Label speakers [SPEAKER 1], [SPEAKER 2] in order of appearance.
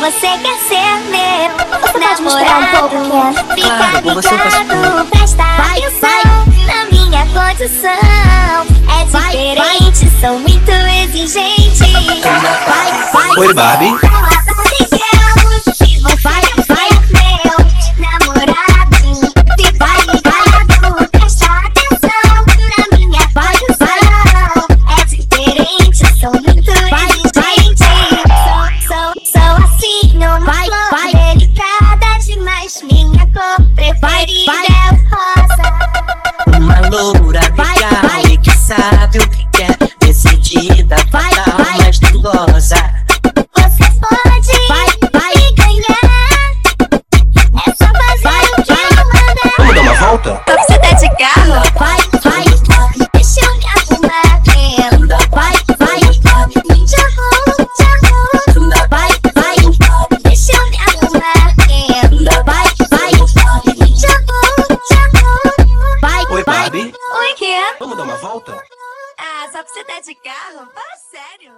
[SPEAKER 1] Você quer ser meu
[SPEAKER 2] pode me esperar um
[SPEAKER 1] namorado?
[SPEAKER 2] pouco,
[SPEAKER 1] Fica
[SPEAKER 3] Claro, Ah, com
[SPEAKER 1] ligado,
[SPEAKER 3] você eu faço tudo.
[SPEAKER 1] presta
[SPEAKER 2] Vai,
[SPEAKER 1] atenção na minha condição. É
[SPEAKER 2] Vai,
[SPEAKER 1] diferente, sou muito exigente.
[SPEAKER 2] Vai, vai,
[SPEAKER 3] Oi, Barbie.
[SPEAKER 2] Vai, vai. Vai, Vai, vai. Vai, vai.
[SPEAKER 1] Minha cor preferida
[SPEAKER 2] vai.
[SPEAKER 1] é o rosa.
[SPEAKER 3] Uma loura
[SPEAKER 2] Vai, vai.
[SPEAKER 3] legal e que sabe o que quer. Decidida,
[SPEAKER 2] Vai,
[SPEAKER 3] fatal,
[SPEAKER 2] vai.
[SPEAKER 3] mas perigosa.
[SPEAKER 1] Você pode
[SPEAKER 2] Vai, vai.
[SPEAKER 1] me ganhar. É só fazer
[SPEAKER 2] Vai,
[SPEAKER 1] o que
[SPEAKER 2] vai.
[SPEAKER 1] eu mandar.
[SPEAKER 4] Vamos dar uma volta?
[SPEAKER 5] Você tá de carro?
[SPEAKER 2] vai, vai,
[SPEAKER 1] Deixa eu me arrumar, meu.
[SPEAKER 2] vai, vai,
[SPEAKER 1] Me te arrumo, te arrumo.
[SPEAKER 2] vai, vai,
[SPEAKER 1] Deixa eu me arrumar, meu.
[SPEAKER 2] vai, vai,
[SPEAKER 1] Me te arrumo, te arrumo.
[SPEAKER 2] vai, vai.
[SPEAKER 4] Oi, Barbie.
[SPEAKER 5] Oi, quê?
[SPEAKER 4] Vamos dar uma volta?
[SPEAKER 5] Ah, só porque você tá de carro? Fala sério.